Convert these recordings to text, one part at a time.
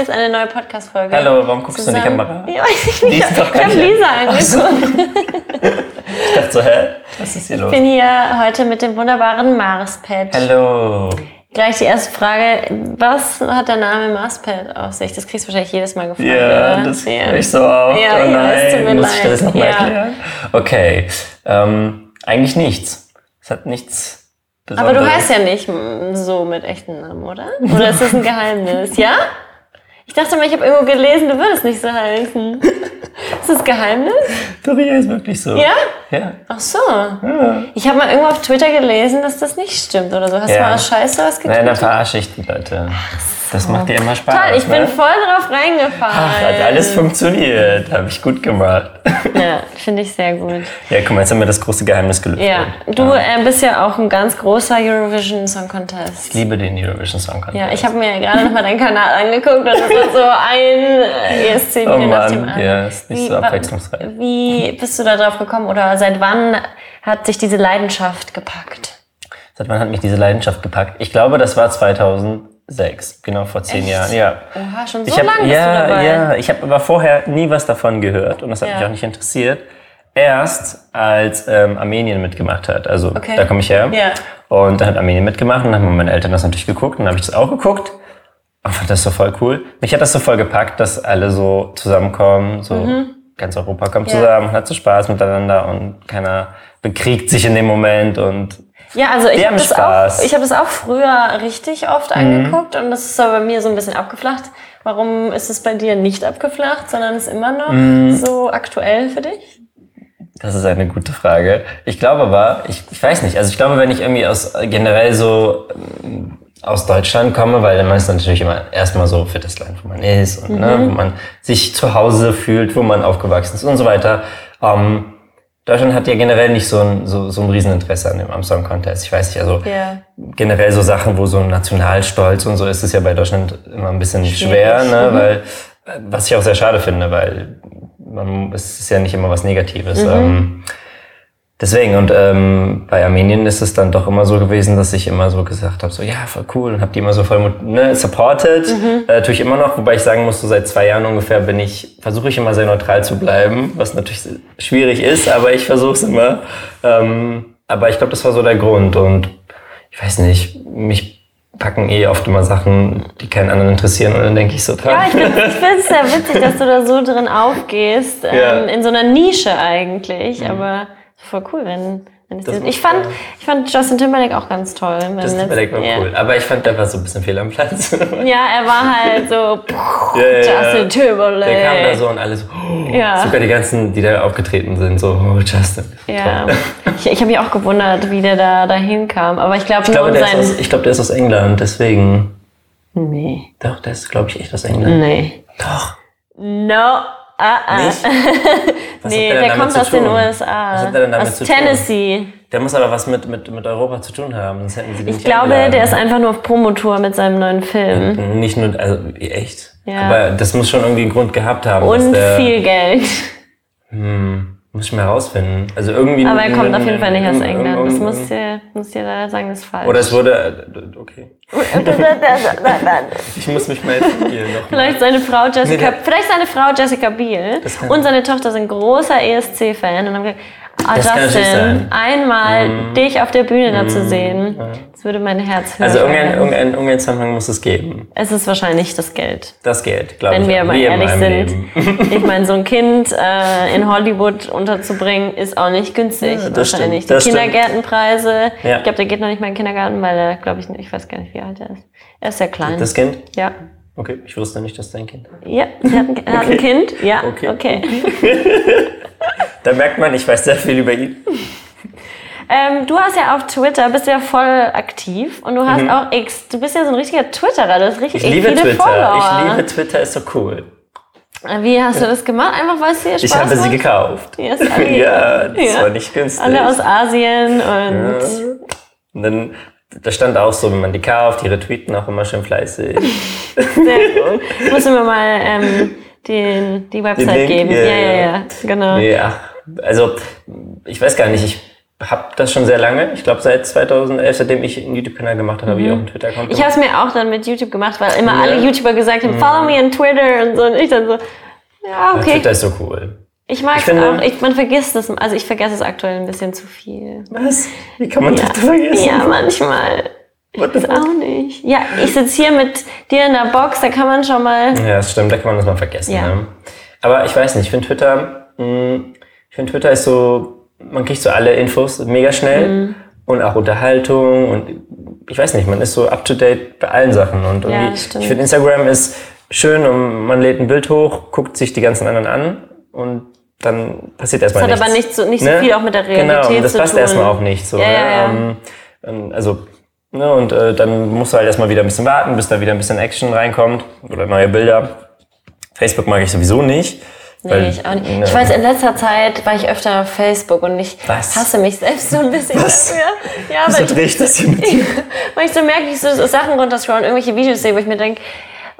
ist eine neue Podcast-Folge. Hallo, warum guckst du in die Kamera? Ja, weiß ich nicht. Die ist doch ich gar habe nicht- Lisa angeguckt. Ich dachte so, hä? Was ist hier Ich los? bin hier heute mit dem wunderbaren Marspad. Hallo. Gleich die erste Frage. Was hat der Name Marspad auf sich? Das kriegst du wahrscheinlich jedes Mal gefragt. Ja, oder? das Ja. höre ich so auch. Ja, oh ja, es tut mir nein, muss ich leid. das nochmal Ja. erklären? Okay, ähm, eigentlich nichts. Es hat nichts Aber Besonderes. du heißt ja nicht mm, so mit echten Namen, oder? Oder ist das ein Geheimnis? Ja? Ich dachte mal, ich habe irgendwo gelesen, du würdest nicht so heißen. Ist das Geheimnis? Doria ist wirklich so. Ja? Ja. Ach so. Ich habe mal irgendwo auf Twitter gelesen, dass das nicht stimmt oder so. Hast Ja. du mal aus Scheiße was Nein, da getan? verarsche ich die Leute. Das macht dir immer Spaß. Toll, ich ne? bin voll drauf Ach, reingefallen. hat alles funktioniert. Habe ich gut gemacht. Ja, finde ich sehr gut. Ja, guck mal, jetzt haben wir das große Geheimnis gelüftet. Ja, du äh, bist ja auch ein ganz großer Eurovision Song Contest. Ich liebe den Eurovision Song Contest. Ja, ich habe mir gerade nochmal deinen Kanal angeguckt und das ist so ein äh, ESC Oh Video nach dem Mann, anderen. ja, ist nicht Wie- so wa- abwechslungsreich. Wie bist du da drauf gekommen oder seit wann hat sich diese Leidenschaft gepackt? Seit wann hat mich diese Leidenschaft gepackt? Ich glaube, das war 2006, genau vor zehn Echt? Jahren. Ja. Oha, schon so ich hab, lange bist ja, du dabei. ja, ich habe aber vorher nie was davon gehört und das hat Ja. mich auch nicht interessiert. Erst als ähm, Armenien mitgemacht hat, also Okay. da komme ich her. Ja. Und dann hat Armenien mitgemacht und dann haben meine Eltern das natürlich geguckt und dann habe ich das auch geguckt und fand das so voll cool. Mich hat das so voll gepackt, dass alle so zusammenkommen, so ganz Europa kommt Mhm. Ja. zusammen und hat so Spaß miteinander und keiner bekriegt sich in dem Moment und Ja, also ich Wir habe haben das, Spaß. Mhm. auch- ich hab das auch früher richtig oft angeguckt und das ist aber bei mir so ein bisschen abgeflacht. Warum ist es bei dir nicht abgeflacht, sondern ist immer noch Mhm. so aktuell für dich? Das ist eine gute Frage. Ich glaube aber, ich, ich weiß nicht, also ich glaube, wenn ich irgendwie aus generell so ähm, aus Deutschland komme, weil dann ist man natürlich immer erstmal so für das Land, wo man ist und ne, wo man sich zu Hause fühlt, wo man aufgewachsen ist und so weiter. Ähm, Deutschland hat ja generell nicht so ein, so, so ein Rieseninteresse an dem am Song Contest. Ich weiß nicht, also Ja. generell so Sachen, wo so ein Nationalstolz und so ist, ist ja bei Deutschland immer ein bisschen schwer, ne? weil, äh, was ich auch sehr schade finde, weil man, es ist ja nicht immer was Negatives. Ähm, deswegen, und ähm, bei Armenien ist es dann doch immer so gewesen, dass ich immer so gesagt habe, so ja, voll cool und habe die immer so voll mut- ne, supported, Mhm. äh, tue ich immer noch, wobei ich sagen muss, so seit zwei Jahren ungefähr bin ich, versuche ich immer sehr neutral zu bleiben, was natürlich schwierig ist, aber ich versuche es immer. Ähm, aber ich glaube, das war so der Grund und ich weiß nicht, mich packen eh oft immer Sachen, die keinen anderen interessieren und dann denke ich so Ja, dran. Ah, ich finde es sehr witzig, dass du da so drin aufgehst, ähm, in so einer Nische eigentlich, aber voll cool, wenn, wenn ich, Mhm. Das das muss ich fand, ich fand Justin Timberlake auch ganz toll. im das letzten- Timberlake war ja. cool, aber ich fand, der war so ein bisschen fehl am Platz. Der Ja, er war halt so, puh, ja, ja. Justin Timberlake. kam da so und alle so, oh, Ja. sogar die ganzen, die da aufgetreten sind, so, oh, Justin. Ja, Toll. ich, ich habe mich auch gewundert, wie der da dahin kam. Aber ich glaube, Ich nur glaube, um der ist sein. aus, ich glaube, der ist aus England, deswegen. nee. Doch, der ist, glaube ich, echt aus England. Nee. Doch. No. Ah, Mhm. ah. Nicht? Was Nee, hat denn der damit kommt zu aus den tun? USA. Was hat der denn damit aus zu tun? Tennessee. Der muss aber was mit, mit, mit Europa zu tun haben, sonst hätten sie den Ich glaube, der ist einfach nur auf Promotour mit seinem neuen Film. Nicht nur, also echt. Ja. Aber das muss schon irgendwie einen Grund gehabt haben. dass Und der, hm, viel Geld. Muss ich mal herausfinden. Also irgendwie. Aber er kommt auf jeden Fall nicht aus irgendein- England. Das irgendein- muss dir, muss dir leider sagen, das ist falsch. Mm, Oder es wurde. äh, Okay. Ich muss mich mal informieren. noch mal. Vielleicht seine Frau Jessica, Nee, der- vielleicht seine Frau Jessica Biel kann- und seine Tochter sind großer E ESC-Fan und haben gesagt, ah, Das kann natürlich Justin, sein. Mhm. einmal dich auf der Bühne da zu sehen, das würde mein Herz hören. Also irgendein, irgendein, irgendein Zusammenhang muss es geben. es ist wahrscheinlich das Geld, Das Geld, glaube ich. wenn wir mal wie in ehrlich meinem sind. Leben. Ich meine, so ein Kind äh, in Hollywood unterzubringen, ist auch nicht günstig Ja, das wahrscheinlich. stimmt, das Die stimmt. Kindergärtenpreise, Ja. ich glaube, der geht noch nicht mal in den Kindergarten, weil er, glaube ich, ich weiß gar nicht, wie alt er ist. Er ist sehr klein. Das Kind? ja. Okay, ich wusste nicht, dass dein Kind. Ja, er hat, ein- er hat ein Kind. Ja, okay. Okay. Da merkt man, ich weiß sehr viel über ihn. Ähm, du hast ja auf Twitter, bist ja voll aktiv und du hast auch X. Du bist ja so ein richtiger Twitterer, das ist richtig Mhm. Ich liebe viele Twitter. Follower. Ich liebe Twitter, ist so cool. Äh, Wie hast du das gemacht? Einfach weil es dir Spaß Ich habe sie macht? gekauft. Yes, alle, Ja, das Ja. war nicht günstig. alle aus Asien und Und dann, da stand auch so, wenn man die kauft, die retweeten auch immer schön fleißig. ich muss immer mal ähm, den, die Website Link, geben. ja, ja, ja. ja, ja, genau. Nee, ach, also ich weiß gar nicht, ich habe das schon sehr lange. Ich glaube, seit 2011, seitdem ich einen YouTube-Kanal gemacht habe, habe ich auch einen Twitter-Account. Mhm. Ich habe es mir auch dann mit YouTube gemacht, weil immer alle YouTuber gesagt haben, follow me on Twitter und so. Und ich dann so, ja, okay. okay. Twitter ist so cool. Ich mag Ich es finde- auch. Ich, man vergisst es. Also ich vergesse es aktuell ein bisschen zu viel. Was? Wie kann man Twitter vergessen? Ja, manchmal. Ich What the weiß auch nicht. Ja, ich sitze hier mit dir in der Box, da kann man schon mal. Ja, das stimmt, da kann man das mal vergessen. Ja. Ne? Aber ich weiß nicht, ich finde Twitter, mh, ich finde Twitter ist so, man kriegt so alle Infos mega schnell Mhm. und auch Unterhaltung und ich weiß nicht, man ist so up to date bei allen Sachen und irgendwie, das stimmt. ich finde Instagram ist schön und man lädt ein Bild hoch, guckt sich die ganzen anderen an und dann passiert erstmal Das hat nichts. Ne? aber nicht so, nicht so viel auch mit der Realität Genau, und das zu passt tun. erstmal auch nicht. So, Ja, ne? ja, ja. Ähm, ähm, also, ne, und äh, dann musst du halt erstmal wieder ein bisschen warten, bis da wieder ein bisschen Action reinkommt oder neue Bilder. Facebook mag ich sowieso nicht. Nee, ich auch nicht. ne. Ich weiß, in letzter Zeit war ich öfter auf Facebook und ich Was? hasse mich selbst so ein bisschen Was? dafür. Ja, so weil drehe ich das hier mit dir. Weil ich so merke, ich so, so Sachen runterscrollen, irgendwelche Videos sehe, wo ich mir denke,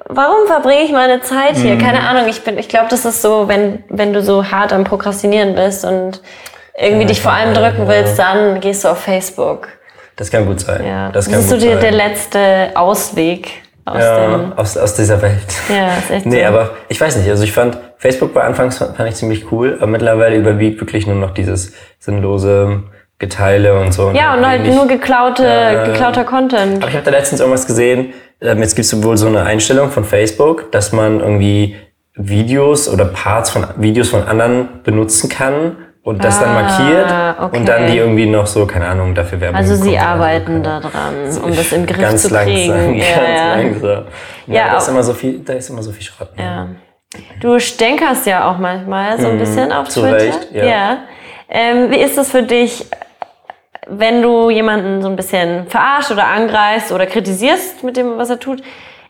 warum verbringe ich meine Zeit Hm. hier? Keine Ahnung, ich bin, ich glaube, das ist so, wenn, wenn du so hart am Prokrastinieren bist und irgendwie dich vor allem drücken willst, dann gehst du auf Facebook. Das kann gut sein. Ja. Das, Das, kann ist so gut der, sein. der letzte Ausweg aus ja, dem. aus, aus dieser Welt. Ja, ist echt Nee, so. aber ich weiß nicht. Also ich fand, Facebook war anfangs fand ich ziemlich cool, aber mittlerweile überwiegt wirklich nur noch dieses sinnlose Geteile und so. Ja, und halt irgendwie nur nicht- geklaute, äh, geklauter Content. Aber ich habe da letztens irgendwas gesehen, ähm, jetzt gibt es wohl so eine Einstellung von Facebook, dass man irgendwie Videos oder Parts von Videos von anderen benutzen kann und das dann Ah, markiert okay. und dann die irgendwie noch so, keine Ahnung, dafür Werbung Also sie bekommt oder so. arbeiten da dran, um das in den Griff ganz zu langsam, kriegen. Ganz ja, ja. langsam. Ja, Ja, da, ist auch- immer so viel, da ist immer so viel Schrott. ne? Ja. Du stänkerst ja auch manchmal so ein bisschen auf Mhm, zu Twitter. Recht, ja. Ähm, wie ist das für dich, wenn du jemanden so ein bisschen verarscht oder angreifst oder kritisierst mit dem, was er tut?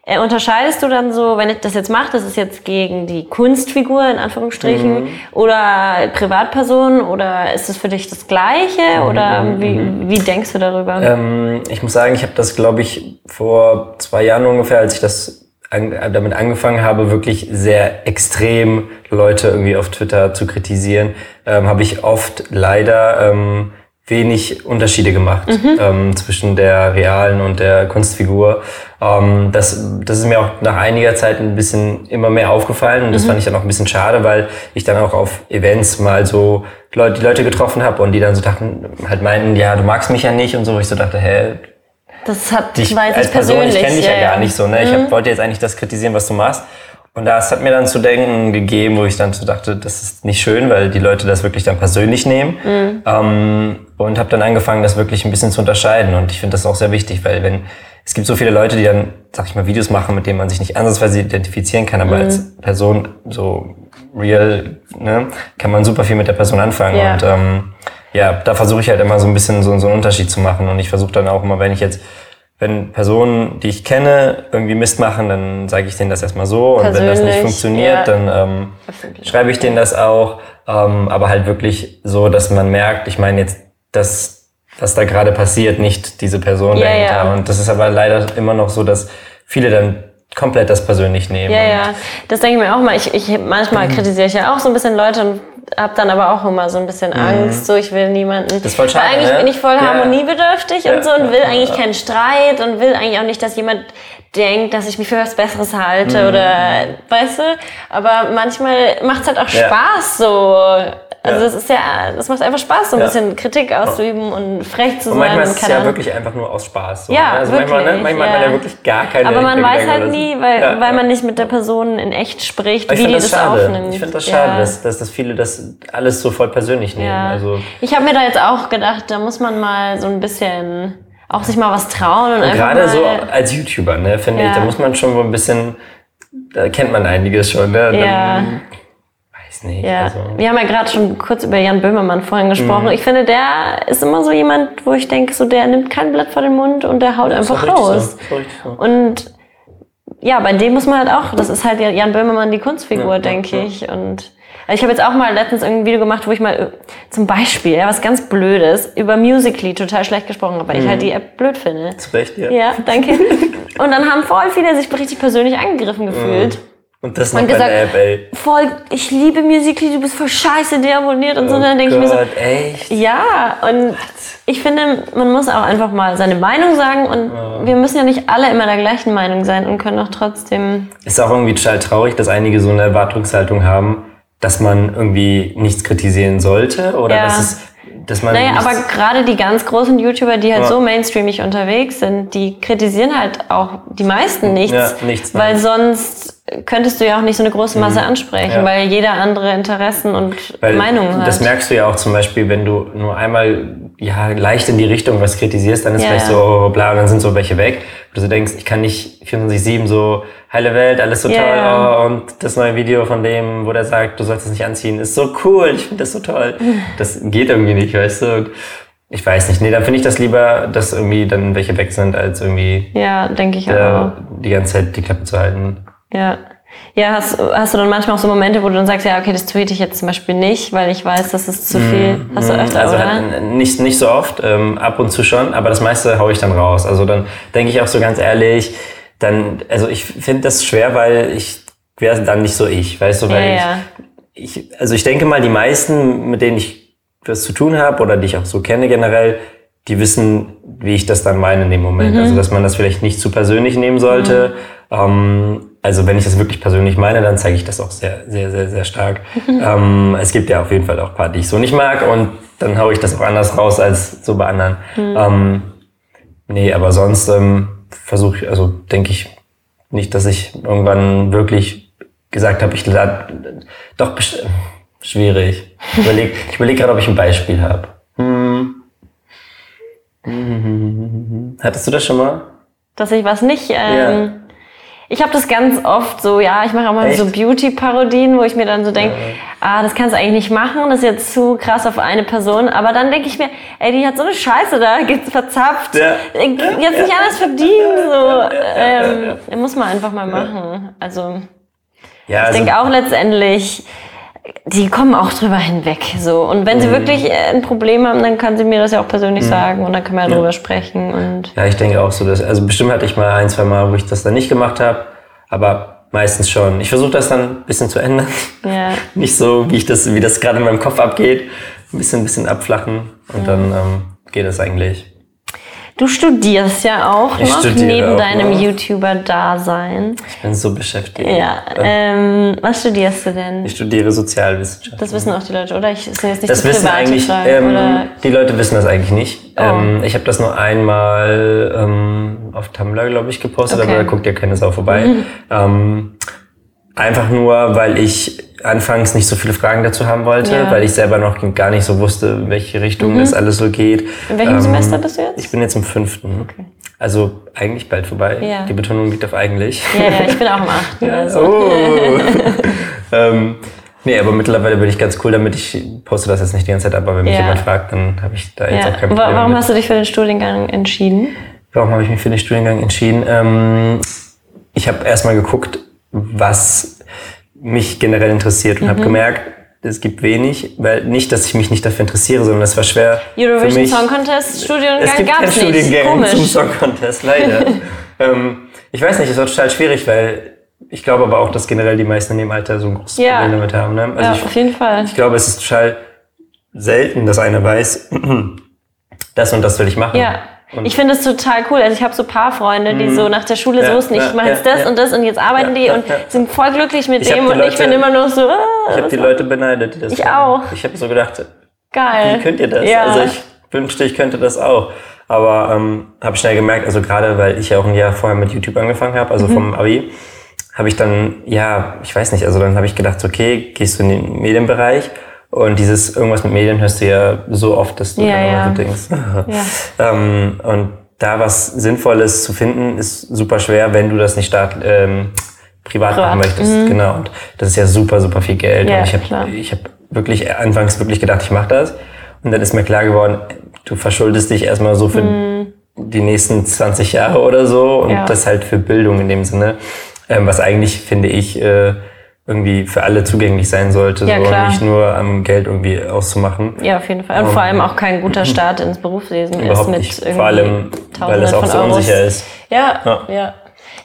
Äh, unterscheidest du dann so, wenn ich das jetzt mache, das ist jetzt gegen die Kunstfigur in Mhm. Anführungsstrichen oder Privatperson oder ist das für dich das Gleiche Mhm, oder wie, wie denkst du darüber? Ähm, ich muss sagen, ich habe das, glaube ich, vor zwei Jahren ungefähr, als ich das an, äh, damit angefangen habe, wirklich sehr extrem Leute irgendwie auf Twitter zu kritisieren, ähm, habe ich oft leider ähm, wenig Unterschiede gemacht ähm, zwischen der realen und der Kunstfigur. Ähm, das, das ist mir auch nach einiger Zeit ein bisschen immer mehr aufgefallen und das fand ich dann auch ein bisschen schade, weil ich dann auch auf Events mal so Leute, die Leute getroffen habe und die dann so dachten, halt meinten, ja, du magst mich ja nicht und so, wo ich so dachte, hä, das hat, dich weiß als ich Person, persönlich. ich kenne dich ja, ja, Mhm. gar nicht so, ne? Ich hab, wollte jetzt eigentlich das kritisieren, was du machst. Und das hat mir dann zu denken gegeben, wo ich dann so dachte, das ist nicht schön, weil die Leute das wirklich dann persönlich nehmen. Mhm. Ähm, und habe dann angefangen, das wirklich ein bisschen zu unterscheiden. Und ich finde das auch sehr wichtig, weil wenn es gibt so viele Leute, die dann, sag ich mal, Videos machen, mit denen man sich nicht ansatzweise identifizieren kann, Mhm. aber als Person so real, ne, kann man super viel mit der Person anfangen. Ja. Und ähm, ja, da versuche ich halt immer so ein bisschen so, so einen Unterschied zu machen. Und ich versuche dann auch immer, wenn ich jetzt, wenn Personen, die ich kenne, irgendwie Mist machen, dann sage ich denen das erstmal so. Und wenn das nicht Persönlich, funktioniert, ja. dann ähm, Öffentlich. schreibe ich denen das auch. Ähm, aber halt wirklich so, dass man merkt, ich meine jetzt, dass was da gerade passiert, nicht diese Person Ja, dahinter. ja. Und das ist aber leider immer noch so, dass viele dann komplett das persönlich nehmen. Ja, ja, das denke ich mir auch mal. Ich, ich, manchmal Mhm. kritisiere ich ja auch so ein bisschen Leute und habe dann aber auch immer so ein bisschen Angst. So, ich will niemanden. Mhm. Das ist voll schade, Weil eigentlich ne? bin ich voll Ja. harmoniebedürftig Ja, und so und ja, will ja, eigentlich ja. keinen Streit und will eigentlich auch nicht, dass jemand denkt, dass ich mich für was Besseres halte oder weißt du. Aber manchmal macht's halt auch Mhm. Ja. Spaß so. Also Ja. es ist ja, das macht einfach Spaß, so ein Ja. Oh. bisschen Kritik auszuüben und frech zu Und sein. manchmal ist es keine ja Ahnung. wirklich einfach nur aus Spaß. So, Ja, ne? also manchmal, ne? wirklich, manchmal ja. hat man ja wirklich gar keine Aber man weiß halt Gedanken nie, oder so. weil, Ja, weil ja. man nicht mit der Person in echt spricht, ich wie die finde das, das schade. aufnimmt. Ich finde das schade, Ja. dass, dass, dass viele das alles so voll persönlich nehmen. Ja. Also, ich habe mir da jetzt auch gedacht, da muss man mal so ein bisschen auch sich mal was trauen und, einfach Gerade mal, so als YouTuber, ne, finde Ja. ich, da muss man schon so ein bisschen, da kennt man einiges schon, ne? Ja. Dann, weiß nicht. Ja, Also, Mhm. wir haben ja gerade schon kurz über Jan Böhmermann vorhin gesprochen. Ich finde, der ist immer so jemand, wo ich denke, so der nimmt kein Blatt vor den Mund und der haut ist doch einfach richtig so, raus. ist doch richtig so. Und ja, bei dem muss man halt auch, das ist halt ja Jan Böhmermann die Kunstfigur, denke ich. Und also ich habe jetzt auch mal letztens irgendein Video gemacht, wo ich mal äh, zum Beispiel, ja, was ganz Blödes, über Musically total schlecht gesprochen habe, weil ich halt die App blöd finde. Zu Recht, ja. Ja, danke. Und dann haben voll viele sich richtig persönlich angegriffen gefühlt. Und das noch Und bei gesagt, der App, ey. voll, ich liebe Musically, du bist voll scheiße deabonniert und so. Und dann denke ich mir so, Oh Gott, echt? Ja, und ich finde, man muss auch einfach mal seine Meinung sagen und wir müssen ja nicht alle immer der gleichen Meinung sein und können auch trotzdem. Ist auch irgendwie total traurig, dass einige so eine Erwartungshaltung haben, dass man irgendwie nichts kritisieren sollte oder Ja. dass es, dass man Naja, nichts, aber gerade die ganz großen YouTuber, die halt Ja. so mainstreamig unterwegs sind, die kritisieren halt auch die meisten nichts. Ja, nichts, weil nein. sonst könntest du ja auch nicht so eine große Masse ansprechen, Ja. weil jeder andere Interessen und weil Meinungen hat. Das merkst du ja auch zum Beispiel, wenn du nur einmal ja leicht in die Richtung was kritisierst, dann ist Ja, vielleicht ja. so oh, bla, und dann sind so welche weg. Wo du so denkst, ich kann nicht 24-7 so heile Welt, alles so Ja, toll. ja. Oh, und das neue Video von dem, wo der sagt, du sollst es nicht anziehen, ist so cool, ich finde das so toll. Das geht irgendwie nicht, weißt du. Und ich weiß nicht, nee, dann finde ich das lieber, dass irgendwie dann welche weg sind, als irgendwie ja, denke ich auch. äh, die ganze Zeit die Klappe zu halten. Ja. Ja, hast, hast du dann manchmal auch so Momente, wo du dann sagst, ja, okay, das tweete ich jetzt zum Beispiel nicht, weil ich weiß, das ist zu viel. Hast du Mm, öfter, also oder? halt nicht, nicht so oft, ähm, ab und zu schon, aber das meiste hau ich dann raus. Also dann denke ich auch so ganz ehrlich, dann, also ich finde das schwer, weil ich wäre dann nicht so ich, weißt du, ja, weil ja. ich, ich, also ich denke mal, die meisten, mit denen ich was zu tun habe oder die ich auch so kenne generell, die wissen, wie ich das dann meine in dem Moment. Also dass man das vielleicht nicht zu persönlich nehmen sollte. Ähm, also wenn ich das wirklich persönlich meine, dann zeige ich das auch sehr, sehr, sehr, sehr stark. ähm, es gibt ja auf jeden Fall auch ein paar, die ich so nicht mag und dann haue ich das auch anders raus als so bei anderen. Ähm, nee, aber sonst ähm, versuche ich, also denke ich nicht, dass ich irgendwann wirklich gesagt habe, ich lade, doch, best- schwierig. Ich überlege ich überleg gerade, ob ich ein Beispiel habe. Hm. Hattest du das schon mal? Dass ich was nicht. Ähm, Ich habe das ganz oft so, ja, ich mache auch mal Echt? so Beauty-Parodien, wo ich mir dann so denke, ah, das kannst du eigentlich nicht machen, das ist jetzt zu krass auf eine Person. Aber dann denke ich mir, ey, die hat so eine Scheiße da ge- verzapft. Ja. Ich- Die hat nicht anders verdient. So. Ähm, Muss man einfach mal machen. Also. Ja, also Ich denke auch letztendlich, die kommen auch drüber hinweg. So. Und wenn sie Mhm. wirklich äh, ein Problem haben, dann kann sie mir das ja auch persönlich sagen und dann können wir ja. drüber sprechen. Und Ja, ich denke auch so. Dass, also bestimmt hatte ich mal ein, zwei Mal, wo ich das dann nicht gemacht habe, aber meistens schon. Ich versuche das dann ein bisschen zu ändern. ja, Nicht so, wie ich das, wie das gerade in meinem Kopf abgeht. Ein bisschen, ein bisschen abflachen und dann ähm, geht das eigentlich. du studierst ja auch Ich noch studiere neben auch deinem noch. YouTuber-Dasein. Ich bin so beschäftigt. Ja, ähm, was studierst du denn? Ich studiere Sozialwissenschaften. Das wissen auch die Leute, oder? Ich ist jetzt nicht Das so wissen private eigentlich, Fragen, ähm, oder? die Leute wissen das eigentlich nicht. Oh. Ähm, ich habe das nur einmal ähm, auf Tumblr, glaube ich, gepostet, Okay. Mhm. aber da guckt ja keine Sau vorbei. Ähm, einfach nur, weil ich anfangs nicht so viele Fragen dazu haben wollte, Ja. Mhm. weil ich selber noch gar nicht so wusste, in welche Richtung das alles so geht. Ähm, In welchem Semester bist du jetzt? Ich bin jetzt im fünften. Also eigentlich bald vorbei. Ja. Die Betonung liegt auf eigentlich. Ja, ja, ich bin auch im Achten. Also. Oh. ähm, nee, aber mittlerweile bin ich ganz cool damit. Ich poste das jetzt nicht die ganze Zeit, aber wenn mich Ja. jemand fragt, dann habe ich da jetzt Ja. auch kein Wa- Problem. Warum mit. hast du dich für den Studiengang entschieden? Warum habe ich mich für den Studiengang entschieden? Ähm, ich habe erstmal geguckt, was mich generell interessiert und Mhm. habe gemerkt, es gibt wenig, weil nicht, dass ich mich nicht dafür interessiere, sondern es war schwer für Eurovision mich. Song Contest Es Studiengang gibt keinen gab's nicht. Studiengang zum Komisch. Song Contest, leider. ähm, ich weiß nicht, es war total schwierig, weil ich glaube aber auch, dass generell die meisten in dem Alter so ein großes Ja. Problem damit haben. Ne? Also Ja, ich, auf jeden Fall. ich glaube, es ist total selten, dass einer weiß, das und das will ich machen. Ja. Und Mhm. Ich finde es total cool. Also ich habe so ein paar Freunde, die so nach der Schule so Ja, wussten, ich ja, mache jetzt ja, das ja. und das und jetzt arbeiten Ja, die ja, und ja. sind voll glücklich mit Ich hab dem die und ich Leute- bin immer noch so, ah, ich habe die Leute beneidet, die das Ich machen. auch. Ich habe so gedacht, geil. wie könnt ihr das? Ja. Also ich wünschte, ich könnte das auch. Aber ähm, habe schnell gemerkt, also gerade weil ich ja auch ein Jahr vorher mit YouTube angefangen habe, Mhm. also vom Abi, habe ich dann, ja, ich weiß nicht, also dann habe ich gedacht, okay, gehst du in den Medienbereich und dieses irgendwas mit Medien hörst du ja so oft, dass du Ja, dann ja. immer so denkst. Ja. ähm, und da was Sinnvolles zu finden, ist super schwer, wenn du das nicht staat, ähm, privat, Privat, Mhm. machen möchtest. Genau. Und das ist ja super, super viel Geld. Ja, und ich klar. habe ich hab wirklich anfangs wirklich gedacht, ich mache das. Und dann ist mir klar geworden, du verschuldest dich erstmal so für die nächsten 20 Jahre oder so. Und Mhm. Ja. das halt für Bildung in dem Sinne. Ähm, was eigentlich, finde ich, äh, irgendwie für alle zugänglich sein sollte. Ja, so, und klar. nicht nur am Geld irgendwie auszumachen. ja, auf jeden Fall. Und vor allem auch kein guter Start ins Berufswesen ist Oh. Mhm. Überhaupt mit nicht. irgendwie Vor allem, weil Tausenden das auch von so Euros. unsicher ist. Ja, ja. Ja.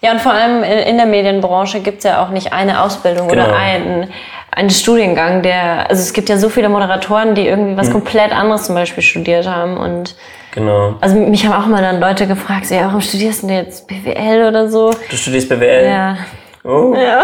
Ja, und vor allem in in der Medienbranche gibt es ja auch nicht eine Ausbildung oder Genau. einen, einen Studiengang, der. Also es gibt ja so viele Moderatoren, die irgendwie Mhm. was komplett anderes zum Beispiel studiert haben. Und Genau. also mich haben auch mal dann Leute gefragt, so, ja, warum studierst du denn jetzt BWL oder so? Du studierst BWL? Ja. Oh. Ja. ja,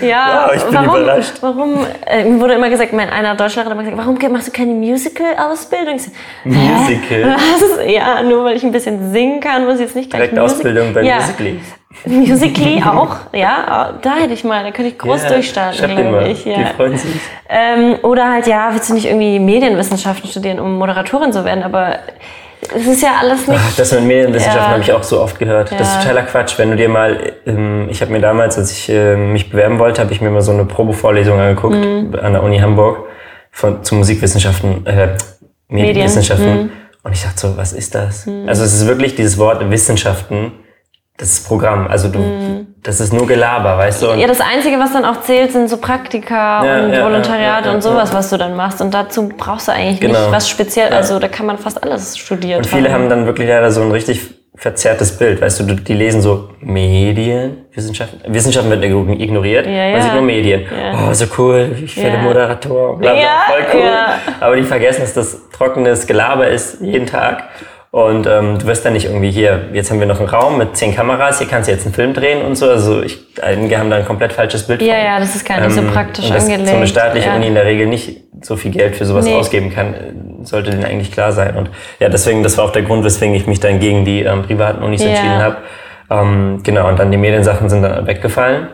Wow, ich bin warum, überrascht. warum, äh, mir wurde immer gesagt, mein einer Deutschlehrer hat immer gesagt, warum machst du keine Musical-Ausbildung? Ich so, hä? Musical? Was? Ja, nur weil ich ein bisschen singen kann, muss ich jetzt nicht gleich Direkt Musik- Ausbildung bei ja. Musical.ly. Musically auch, ja, da hätte ich mal, da könnte ich groß Ja, schreib durchstarten, denen glaube mal. ich. Die Ja. freuen sich. Ähm, oder halt, ja, willst du nicht irgendwie Medienwissenschaften studieren, um Moderatorin zu werden, aber es ist ja alles nicht... Ach, Das mit Medienwissenschaften Ja. habe ich auch so oft gehört. Das Ja. ist totaler Quatsch. Wenn du dir mal, ähm, ich habe mir damals, als ich äh, mich bewerben wollte, habe ich mir mal so eine Probevorlesung angeguckt Mhm. an der Uni Hamburg von, zu Musikwissenschaften, äh, Medienwissenschaften. Mhm. Und ich dachte so, was ist das? Also es ist wirklich dieses Wort Wissenschaften, das ist Programm. Also du, das ist nur Gelaber, weißt du? Und Mhm. Ja, das Einzige, was dann auch zählt, sind so Praktika Ja, und ja, ja, Volontariate ja, ja, und sowas, was du dann machst. Und dazu brauchst du eigentlich nicht Genau. was speziell. Also da kann man fast alles studieren. Und viele haben dann wirklich leider so ein richtig verzerrtes Bild. Weißt du, du- die lesen so Medien, Wissenschaften. Wissenschaften wird ignoriert. Ja, ja. Man sieht nur Medien. Ja. Oh, so cool, ich werde Ja. Moderator, bla bla, Ja, voll cool. ja. Aber die vergessen, dass das trockenes Gelaber ist, jeden Tag. Und ähm, du wirst dann nicht irgendwie hier, jetzt haben wir noch einen Raum mit zehn Kameras, hier kannst du jetzt einen Film drehen und so. Also ich, einige haben da ein komplett falsches Bild Ja, von. ja, das ist gar nicht so Ähm, praktisch und dass angelegt. So eine staatliche ja. Uni in der Regel nicht so viel Geld für sowas Nee. ausgeben kann, äh, sollte denen eigentlich klar sein. Und ja, deswegen, das war auch der Grund, weswegen ich mich dann gegen die ähm, privaten Unis Ja. entschieden habe. Ähm, genau, und dann die Mediensachen sind dann weggefallen.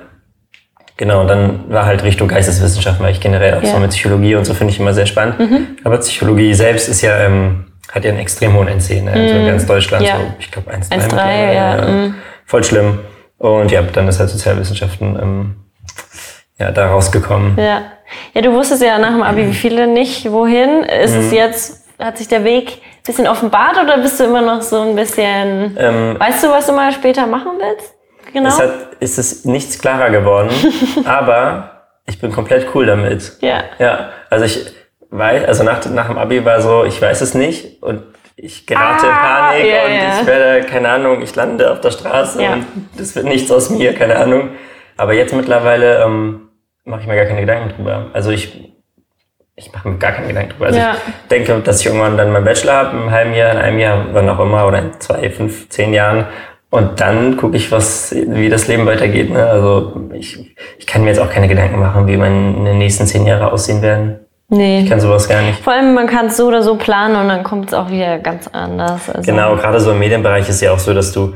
Genau, und dann war halt Richtung Geisteswissenschaften, weil ich generell auch Ja. Mhm. so mit Psychologie und so finde ich immer sehr spannend. Aber Psychologie selbst ist ja, ähm, hat ja einen extrem hohen NC, ne? also in ganz Deutschland, Mhm. Ja. so, ich glaube 1,3. 1,3, mittlerweile, ja, Mhm. Voll schlimm. Und ja, dann ist halt Sozialwissenschaften ähm, ja, da rausgekommen. Ja. ja, du wusstest ja nach dem Mhm. Abi, wie viele nicht, wohin. Ist es jetzt, hat sich der Weg ein bisschen offenbart oder bist du immer noch so ein bisschen... Ähm, weißt du, was du mal später machen willst? Genau. Es hat, ist es nichts klarer geworden, aber ich bin komplett cool damit. ja. Ja, also ich weiß, also nach, nach dem Abi war so, ich weiß es nicht und ich gerate in Ah, Panik ja, und ja. ich werde, keine Ahnung, ich lande auf der Straße Ja. und das wird nichts aus mir, keine Ahnung. Aber jetzt mittlerweile ähm, mache ich mir gar keine Gedanken drüber. Also ich, ich mache mir gar keine Gedanken drüber. Also Ja. ich denke, dass ich irgendwann dann meinen Bachelor habe, im halben Jahr, in einem Jahr, wann auch immer, oder in zwei, fünf, zehn Jahren. Und dann gucke ich, was, wie das Leben weitergeht. Ne? Also ich, ich kann mir jetzt auch keine Gedanken machen, wie meine nächsten zehn Jahre aussehen werden. Nee. Ich kann sowas gar nicht. Vor allem, man kann es so oder so planen und dann kommt es auch wieder ganz anders. Also, Genau, gerade so im Medienbereich ist ja auch so, dass du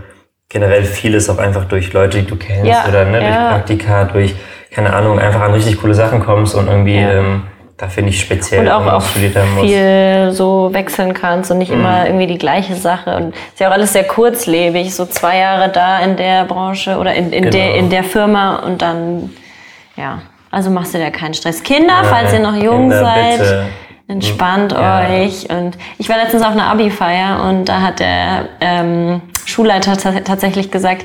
generell vieles auch einfach durch Leute, die du kennst Ja, oder ne, durch ja. Praktika, durch, keine Ahnung, einfach an richtig coole Sachen kommst und irgendwie, Ja. ähm, da finde ich speziell, Und auch, wenn man auch studiert haben muss. Mhm. viel so wechseln kannst und nicht immer irgendwie die gleiche Sache. Und ist ja auch alles sehr kurzlebig, so zwei Jahre da in der Branche oder in, in, Genau. der, in der Firma und dann, ja. Also machst du dir keinen Stress. Kinder, Nein, falls ihr noch jung Kinder, seid, bitte. entspannt Ja. euch. Und ich war letztens auf einer Abi-Feier und da hat der ähm, Schulleiter ta- tatsächlich gesagt,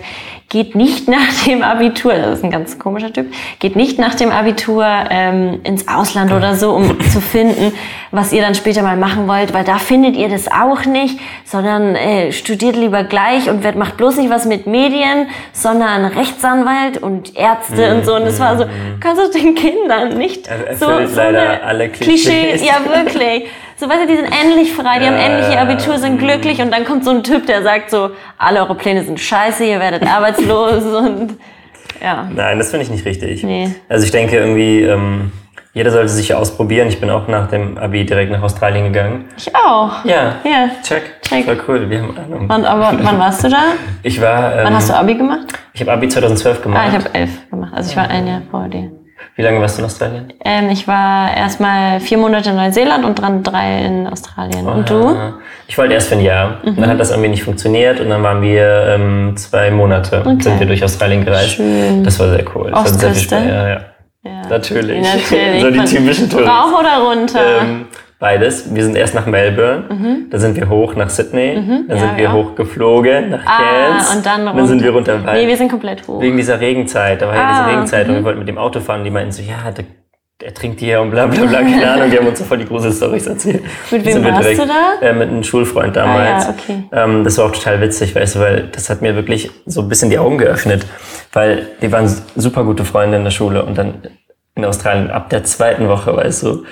geht nicht nach dem Abitur, das ist ein ganz komischer Typ, geht nicht nach dem Abitur ähm, ins Ausland oder so, um zu finden, was ihr dann später mal machen wollt, weil da findet ihr das auch nicht, sondern äh, studiert lieber gleich und werd, macht bloß nicht was mit Medien, sondern Rechtsanwalt und Ärzte und so. Und es war so, kannst du den Kindern nicht Mhm. Er- er so, erfüllt so leider eine alle Klischees. Klischees. Ja, wirklich. So, weißt du, die sind endlich frei, die haben Ja, endlich ihr ja, Abitur, sind glücklich und dann kommt so ein Typ, der sagt so, alle eure Pläne sind scheiße, ihr werdet arbeitslos und ja. Nein, das finde ich nicht richtig. Nee. Also ich denke irgendwie, ähm, jeder sollte sich ausprobieren. Ich bin auch nach dem Abi direkt nach Australien gegangen. Ich auch. Ja. Ja. Check. Check. Voll cool, wir haben Ahnung. Und aber wann warst du da? Ich war, ähm, Wann hast du Abi gemacht? ich habe Abi 2012 gemacht. Ah, ich habe elf gemacht. Also ich war ein Jahr vor dir. Wie lange warst du in Australien? Ähm, ich war erstmal vier Monate in Neuseeland und dran drei in Australien. Und du? Mhm. Ah, Ich wollte erst für ein Jahr. Dann hat das irgendwie nicht funktioniert und dann waren wir ähm, zwei Monate sind wir durch Australien gereist. Schön. Das war sehr cool. Das hat sehr viel Ostküste? Spaß. Ja, ja. Ja. Natürlich. Natürlich. so die typischen Touristen. Rauf oder runter? Ähm, beides. Wir sind erst nach Melbourne, dann sind wir hoch nach Sydney, dann Mhm. Ja, sind wir ja. hochgeflogen nach Ah, Cairns, und dann sind runter. wir runter. weil- nee, wir sind komplett hoch. wegen dieser Regenzeit, da war ja Ah, diese Regenzeit und wir wollten mit dem Auto fahren, die meinten so, ja, da er trinkt hier und bla bla bla, keine Ahnung, die haben uns so voll die große Storys erzählt. Mit Sind wem wir warst direkt- du da? Äh, mit einem Schulfreund damals. Ah, ja, okay. ähm, das war auch total witzig, weißt du, weil das hat mir wirklich so ein bisschen die Augen geöffnet, weil wir waren super gute Freunde in der Schule und dann in Australien ab der zweiten Woche, weißt du,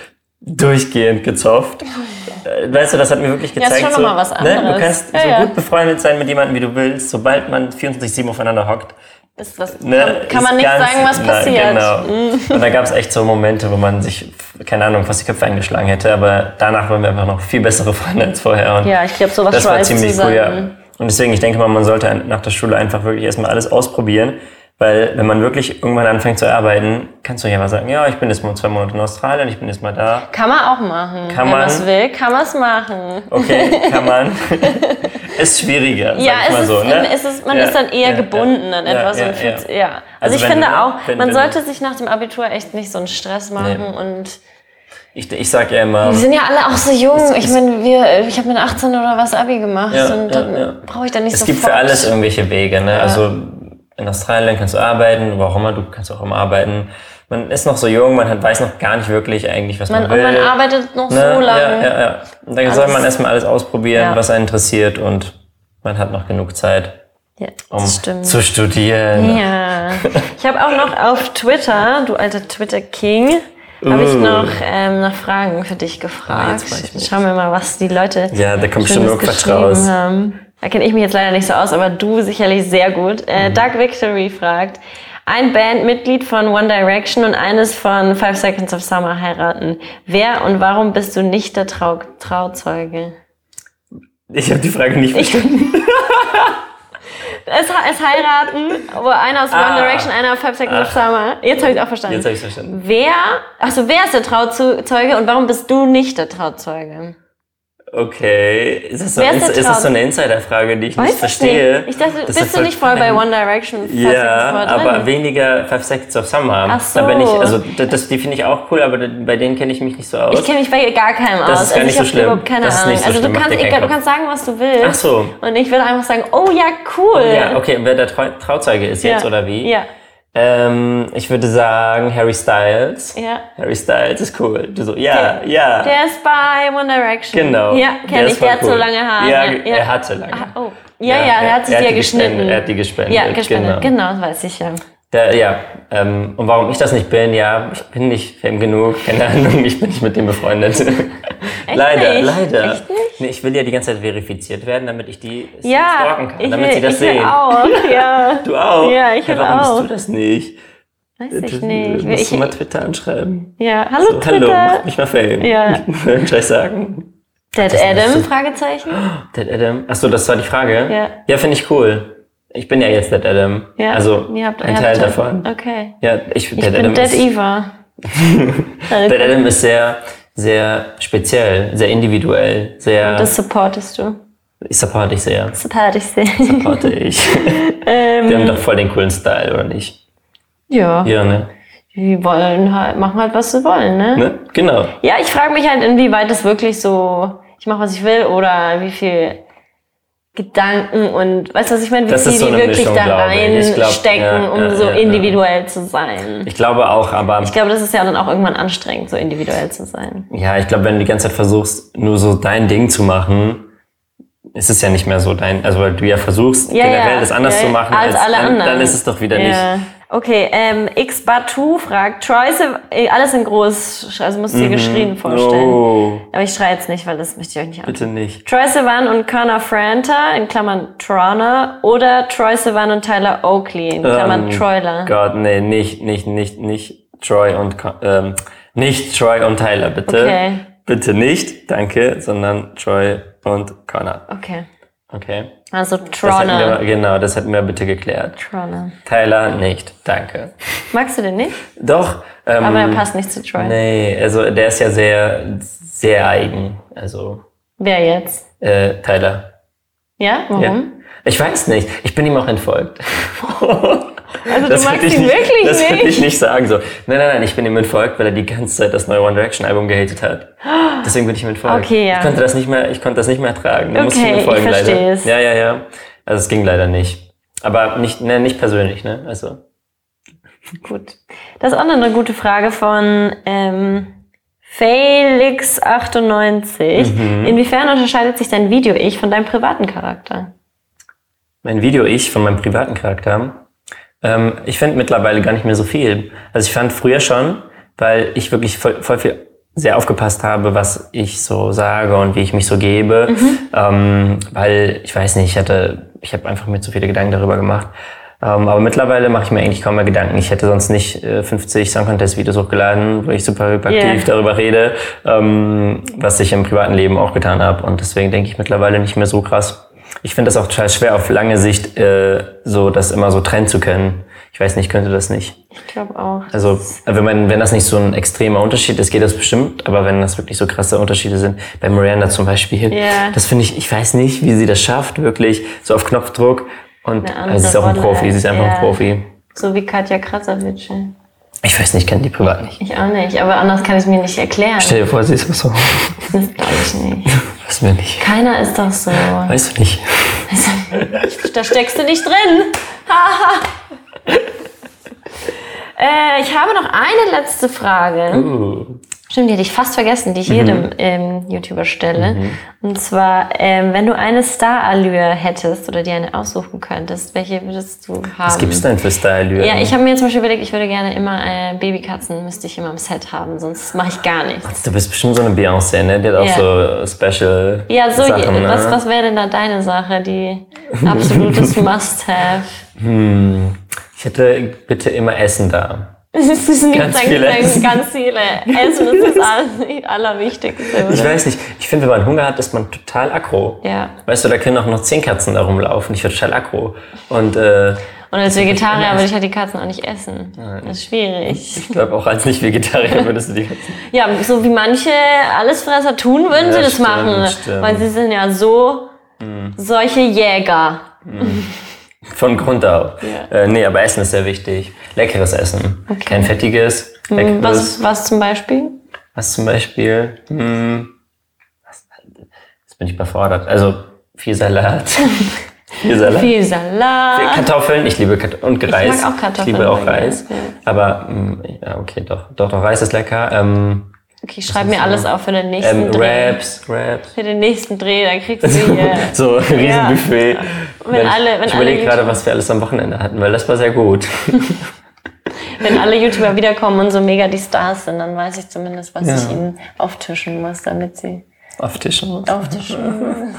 durchgehend gezofft. Äh, Weißt du, das hat mir wirklich Oh, ist gezeigt, schon so, noch mal was Ne, du anderes. kannst Ja, so ja. gut befreundet sein mit jemandem, wie du willst, sobald man 24-7 aufeinander hockt, Ist was, Ne, kann, kann man ist nicht ganz- sagen, was nein, passiert. Mhm. genau. Und da gab es echt so Momente, wo man sich, keine Ahnung, fast die Köpfe eingeschlagen hätte, aber danach waren wir einfach noch viel bessere Freunde als vorher. Und Ja, ich glaube, sowas das war schweißt ziemlich cool, zusammen. ja. Und deswegen, ich denke mal, man sollte an- nach der Schule einfach wirklich erstmal alles ausprobieren, weil wenn man wirklich irgendwann anfängt zu arbeiten, kannst du ja mal sagen, ja, ich bin jetzt mal zwei Monate in Australien, ich bin jetzt mal da. Kann man auch machen. Kann Wenn man. man's will, kann man es machen. Okay, kann man. ist Ja, schwieriger, sag ich es mal ist, so. Ne? es ist, man Ja, ist dann eher ja, gebunden ja, an etwas. ja, und ja, fühlt, ja. ja. Also, Also ich wenn finde du- auch, wenn- man wenn du- sollte sich nach dem Abitur echt nicht so einen Stress machen. Und Ich, ich sag ja immer, wir sind ja alle auch so jung. Ich meine, wir, ich habe mit 18 oder was Abi gemacht. Ja, und ja, dann ja. brauche ich dann nicht Es so gibt für alles irgendwelche Wege. Ne? Also in Australien kannst du arbeiten, wo auch immer, du kannst auch immer arbeiten. Man ist noch so jung, man hat, weiß noch gar nicht wirklich eigentlich, was man, Man, und will. man arbeitet noch so ne? Ja, lange. ja, ja. Und dann soll man erstmal alles ausprobieren, Ja. was einen interessiert und man hat noch genug Zeit, Ja, um das stimmt. zu studieren. Ja. Ich habe auch noch auf Twitter, du alter Twitter-King, habe ich Uh. noch ähm, nach Fragen für dich Ah, gefragt. jetzt weiß ich nicht. Schauen wir mal, was die Leute Ja, da kommt schon Schönes nur Quatsch geschrieben raus. haben. Da kenne ich mich jetzt leider nicht so aus, aber du sicherlich sehr gut. Äh, Mhm. Doug Victory fragt, ein Bandmitglied von One Direction und eines von Five Seconds of Summer heiraten. Wer und warum bist du nicht der Trau Trauzeuge? Ich habe die Frage nicht verstanden. Es, es heiraten, wo einer aus One Ah. Direction, einer aus Five Seconds of Ach. Summer. Jetzt habe ich auch verstanden. Jetzt habe ich verstanden. Wer, also wer ist der Trauzeuge und warum bist du nicht der Trauzeuge? Okay. Ist das so, Wer ist der ist ist das Traum? so eine Insider-Frage, die ich Weiß nicht verstehe? Ich, nicht. ich dachte, Das ist bist du voll nicht voll bei spannend. One Direction? Fast Ja, jetzt voll drin? aber weniger Five Seconds of Summer. Ach so. Da bin ich, also das, das, die finde ich auch cool, aber bei denen kenne ich mich nicht so aus. Ich kenne mich bei gar keinem aus. Das ist gar also nicht ich so hab schlimm. überhaupt keine Das ist Ahnung. nicht so also schlimm, du macht kannst, dir keinen egal, du Kopf. kannst sagen, was du willst. Ach so. Und ich würde einfach sagen, oh ja, cool. ja, okay, wer der Trau Trauzeuge ist jetzt oder wie? Ja. Ähm, ich würde sagen Harry Styles. Ja. Harry Styles ist cool. Du so, ja, Der- ja. Der ist bei One Direction. genau. Ja, Der kenne ist ich. Der voll hat so cool. lange Haare. Ja, ja. er hatte lange. Ah, Oh. Ja, ja, er hat sich die ja die geschnitten. gespendet, Er hat die gespendet. ja, gespendet. Genau. Genau, das weiß ich ja. Der, ja. Ähm, und warum ich das nicht bin, ja, ich bin nicht fame genug, keine Ahnung, ich bin nicht mit dem befreundet. leider, nicht? leider. Echt nicht? Nee, ich will ja die ganze Zeit verifiziert werden, damit ich die Ja, stalken kann, ich damit will, sie das ich will sehen. auch. Ja, Du auch? Ja, ich Hä, will warum auch. bist du das nicht? weiß ich Du- nicht. Du musst Ich, du mal Twitter anschreiben. ja, hallo So, Also, hallo, Twitter. mach mich mal fame. Ja. Soll ich sagen? Dead ist nicht Adam? so- Fragezeichen. Dead Adam. Achso, das war die Frage? Ja. Ja, finde ich cool. Ich bin ja jetzt Dead Adam. Ja. Also, Ihr habt- ein ihr habt Teil Dead- davon. Okay. Ja, ich, Ich bin Adam Dead ist- Eva. Äh, Dead Adam ist sehr, sehr speziell, sehr individuell, sehr. Das supportest du. ich supporte dich sehr. Support ich sehr. Supporte ich. Ähm. Wir haben doch voll den coolen Style, oder nicht? Ja. Ja, ne? Die wollen halt, machen halt, was sie wollen, ne? ne? Genau. Ja, ich frage mich halt, inwieweit das wirklich so, ich mache, was ich will, oder wie viel Gedanken und, weißt du, was ich meine, wie Das viel ist so die eine wirklich Mischung, da glaube ich. Ich glaub, reinstecken, ja, um ja, so ja, ja. individuell zu sein. Ich glaube auch, aber. Ich glaube, das ist ja dann auch irgendwann anstrengend, so individuell zu sein. ja, ich glaube, wenn du die ganze Zeit versuchst, nur so dein Ding zu machen, ist es ja nicht mehr so dein. Also, weil du ja versuchst, Ja, generell ja. das anders Ja, zu machen, als alle dann, anderen. dann ist es doch wieder Ja. nicht. Okay, ähm, X Batu fragt, Troy, Siv- äh, alles in groß, also musst du Mhm. dir geschrien vorstellen. Oh, Aber ich schreie jetzt nicht, weil das möchte ich euch nicht an. bitte nicht. Troy Sivan und Connor Franta, in Klammern Trana, oder Troy Sivan und Tyler Oakley, in Klammern Ähm, Troiler. Gott, nee, nicht, nicht, nicht, nicht Troy und Ka- ähm, nicht Troy und Tyler, bitte. Okay. Bitte nicht, danke, sondern Troy und Connor. Okay. Okay. Also Das hätten wir, Trona. mal- genau, das hätten wir bitte geklärt. Trona. Tyler nicht, danke. Magst du den nicht? Doch, ähm, Aber er passt nicht zu Troy. nee, also der ist ja sehr, sehr eigen. Also Wer jetzt? äh, Tyler. Ja? Ja. Warum? Ich weiß nicht. Ich bin ihm auch entfolgt. Also Das du magst würde ich ihn nicht- wirklich Das würde nicht. ich nicht sagen so. Nein, nein, nein, ich bin ihm entfolgt, weil er die ganze Zeit das neue One Direction Album gehatet hat. Deswegen bin ich ihm entfolgt. Okay, ja. Ich konnte das nicht mehr, ich konnte das nicht mehr ertragen. Da musste ich Okay, ihm entfolgen, ich leider. verstehe es. Ja, ja, ja. Also es ging leider nicht. Aber nicht, ne, nicht persönlich, ne? Also Gut. Das ist auch noch eine gute Frage von ähm, Felix98. Mhm. Inwiefern unterscheidet sich dein Video-Ich von deinem privaten Charakter? Mein Video-Ich von meinem privaten Charakter. Ähm, ich finde mittlerweile gar nicht mehr so viel. Also ich fand früher schon, weil ich wirklich voll, voll viel sehr aufgepasst habe, was ich so sage und wie ich mich so gebe. Ähm, weil, ich weiß nicht, ich hatte, ich habe einfach mir zu viele Gedanken darüber gemacht. Ähm, aber mittlerweile mache ich mir eigentlich kaum mehr Gedanken. Ich hätte sonst nicht äh, 50 Song Contest Videos hochgeladen, wo ich super hyperaktiv Yeah. darüber rede, ähm, was ich im privaten Leben auch getan habe. Und deswegen denke ich mittlerweile nicht mehr so krass. Ich finde das auch total schwer auf lange Sicht, äh, so das immer so trennen zu können. Ich weiß nicht, ich könnte das nicht. Ich glaube auch. Also wenn man, wenn das nicht so ein extremer Unterschied ist, geht das bestimmt. Aber wenn das wirklich so krasse Unterschiede sind, bei Miranda zum Beispiel, Ja. das finde ich, ich weiß nicht, wie sie das schafft, wirklich so auf Knopfdruck. Und Eine andere also, sie ist auch ein Rolle, Profi, sie ist einfach ja. ein Profi. So wie Katja Krasavice. Ich weiß nicht, kenne die privat nicht. Ich auch nicht, aber anders kann ich mir nicht erklären. Stell dir vor, sie ist so. Das glaube ich nicht. Weiß mir nicht. Keiner ist doch so. Weißt du nicht. Da steckst du nicht drin. Haha. äh, ich habe noch eine letzte Frage. Uh, Stimmt, die hätte ich fast vergessen, die ich Mhm. jedem ähm, YouTuber stelle. Und zwar, ähm, wenn du eine Star-Allure hättest oder dir eine aussuchen könntest, welche würdest du haben? was gibt's denn für Style? Ähm, Ja, ich habe mir zum Beispiel überlegt, ich würde gerne immer äh, Babykatzen, müsste ich immer am Set haben, sonst mache ich gar nichts. Du bist bestimmt so eine Beyoncé, ne? Die hat auch so Special Ja, so, Sachen, je, ne? was, was wäre denn da deine Sache, die absolutes Must-Have? Hm. Ich hätte bitte immer Essen da. Es gibt Ganz eigentlich viele Essen. ganz viele. Essen ist das All- Allerwichtigste. Ich Oder? weiß nicht. Ich finde, wenn man Hunger hat, ist man total aggro. Ja. Weißt du, da können auch noch zehn Katzen da rumlaufen. Ich werde total aggro. Und äh, Und als Vegetarier würde ich halt die Katzen auch nicht essen. Das ist schwierig. ich glaube, auch als Nicht-Vegetarier würdest du die Katzen... Ja, so wie manche Allesfresser tun, würden Ja, sie das stimmt, machen. stimmt. Mhm. Weil sie sind ja so solche Jäger. Von Grund auf. Ja. Äh, nee, aber Essen ist sehr wichtig. Leckeres Essen. Kein fettiges, leckeres. Was, Hm, Was, was zum Beispiel? zum Beispiel... Hm, was, jetzt bin ich überfordert. Also, viel Salat. viel Salat. Viel Salat. Kartoffeln, ich liebe Kartoffeln und Reis. mag auch Kartoffeln Ich liebe auch bei mir, Reis. ja. Aber, mh, ja, okay, doch, doch, doch, Reis ist lecker. Ähm, Okay, ich schreibe mir alles auf für den nächsten ähm, Dreh. Raps, Raps. Für den nächsten Dreh, dann kriegst du hier. So, ein Ja. Riesenbuffet. Wenn alle- wenn ich alle überlege gerade, YouTube- was wir alles am Wochenende hatten, weil das war sehr gut. Wenn alle YouTuber wiederkommen und so mega die Stars sind, dann weiß ich zumindest, was Ja. ich ihnen auftischen muss, damit sie Auf Tischen. Oh, auftischen.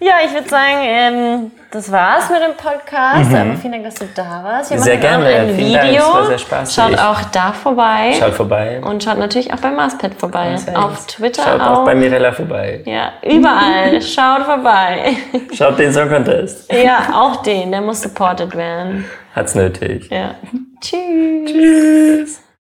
ja, ich würde sagen, ähm, das war's mit dem Podcast. Aber vielen Dank, dass du da warst. Wir Mhm. Sehr machen auch gerne. ein Video. Vielen Dank. Es war sehr spaßig. Schaut auch da vorbei. Schaut vorbei. Und schaut natürlich auch bei Marspad vorbei. Auf Twitter Schaut auch. auch bei Mirella vorbei. ja, überall. schaut vorbei. Schaut den Song Contest. ja, auch den. Der muss supported werden. Hat's nötig. Ja. Tschüss. Tschüss.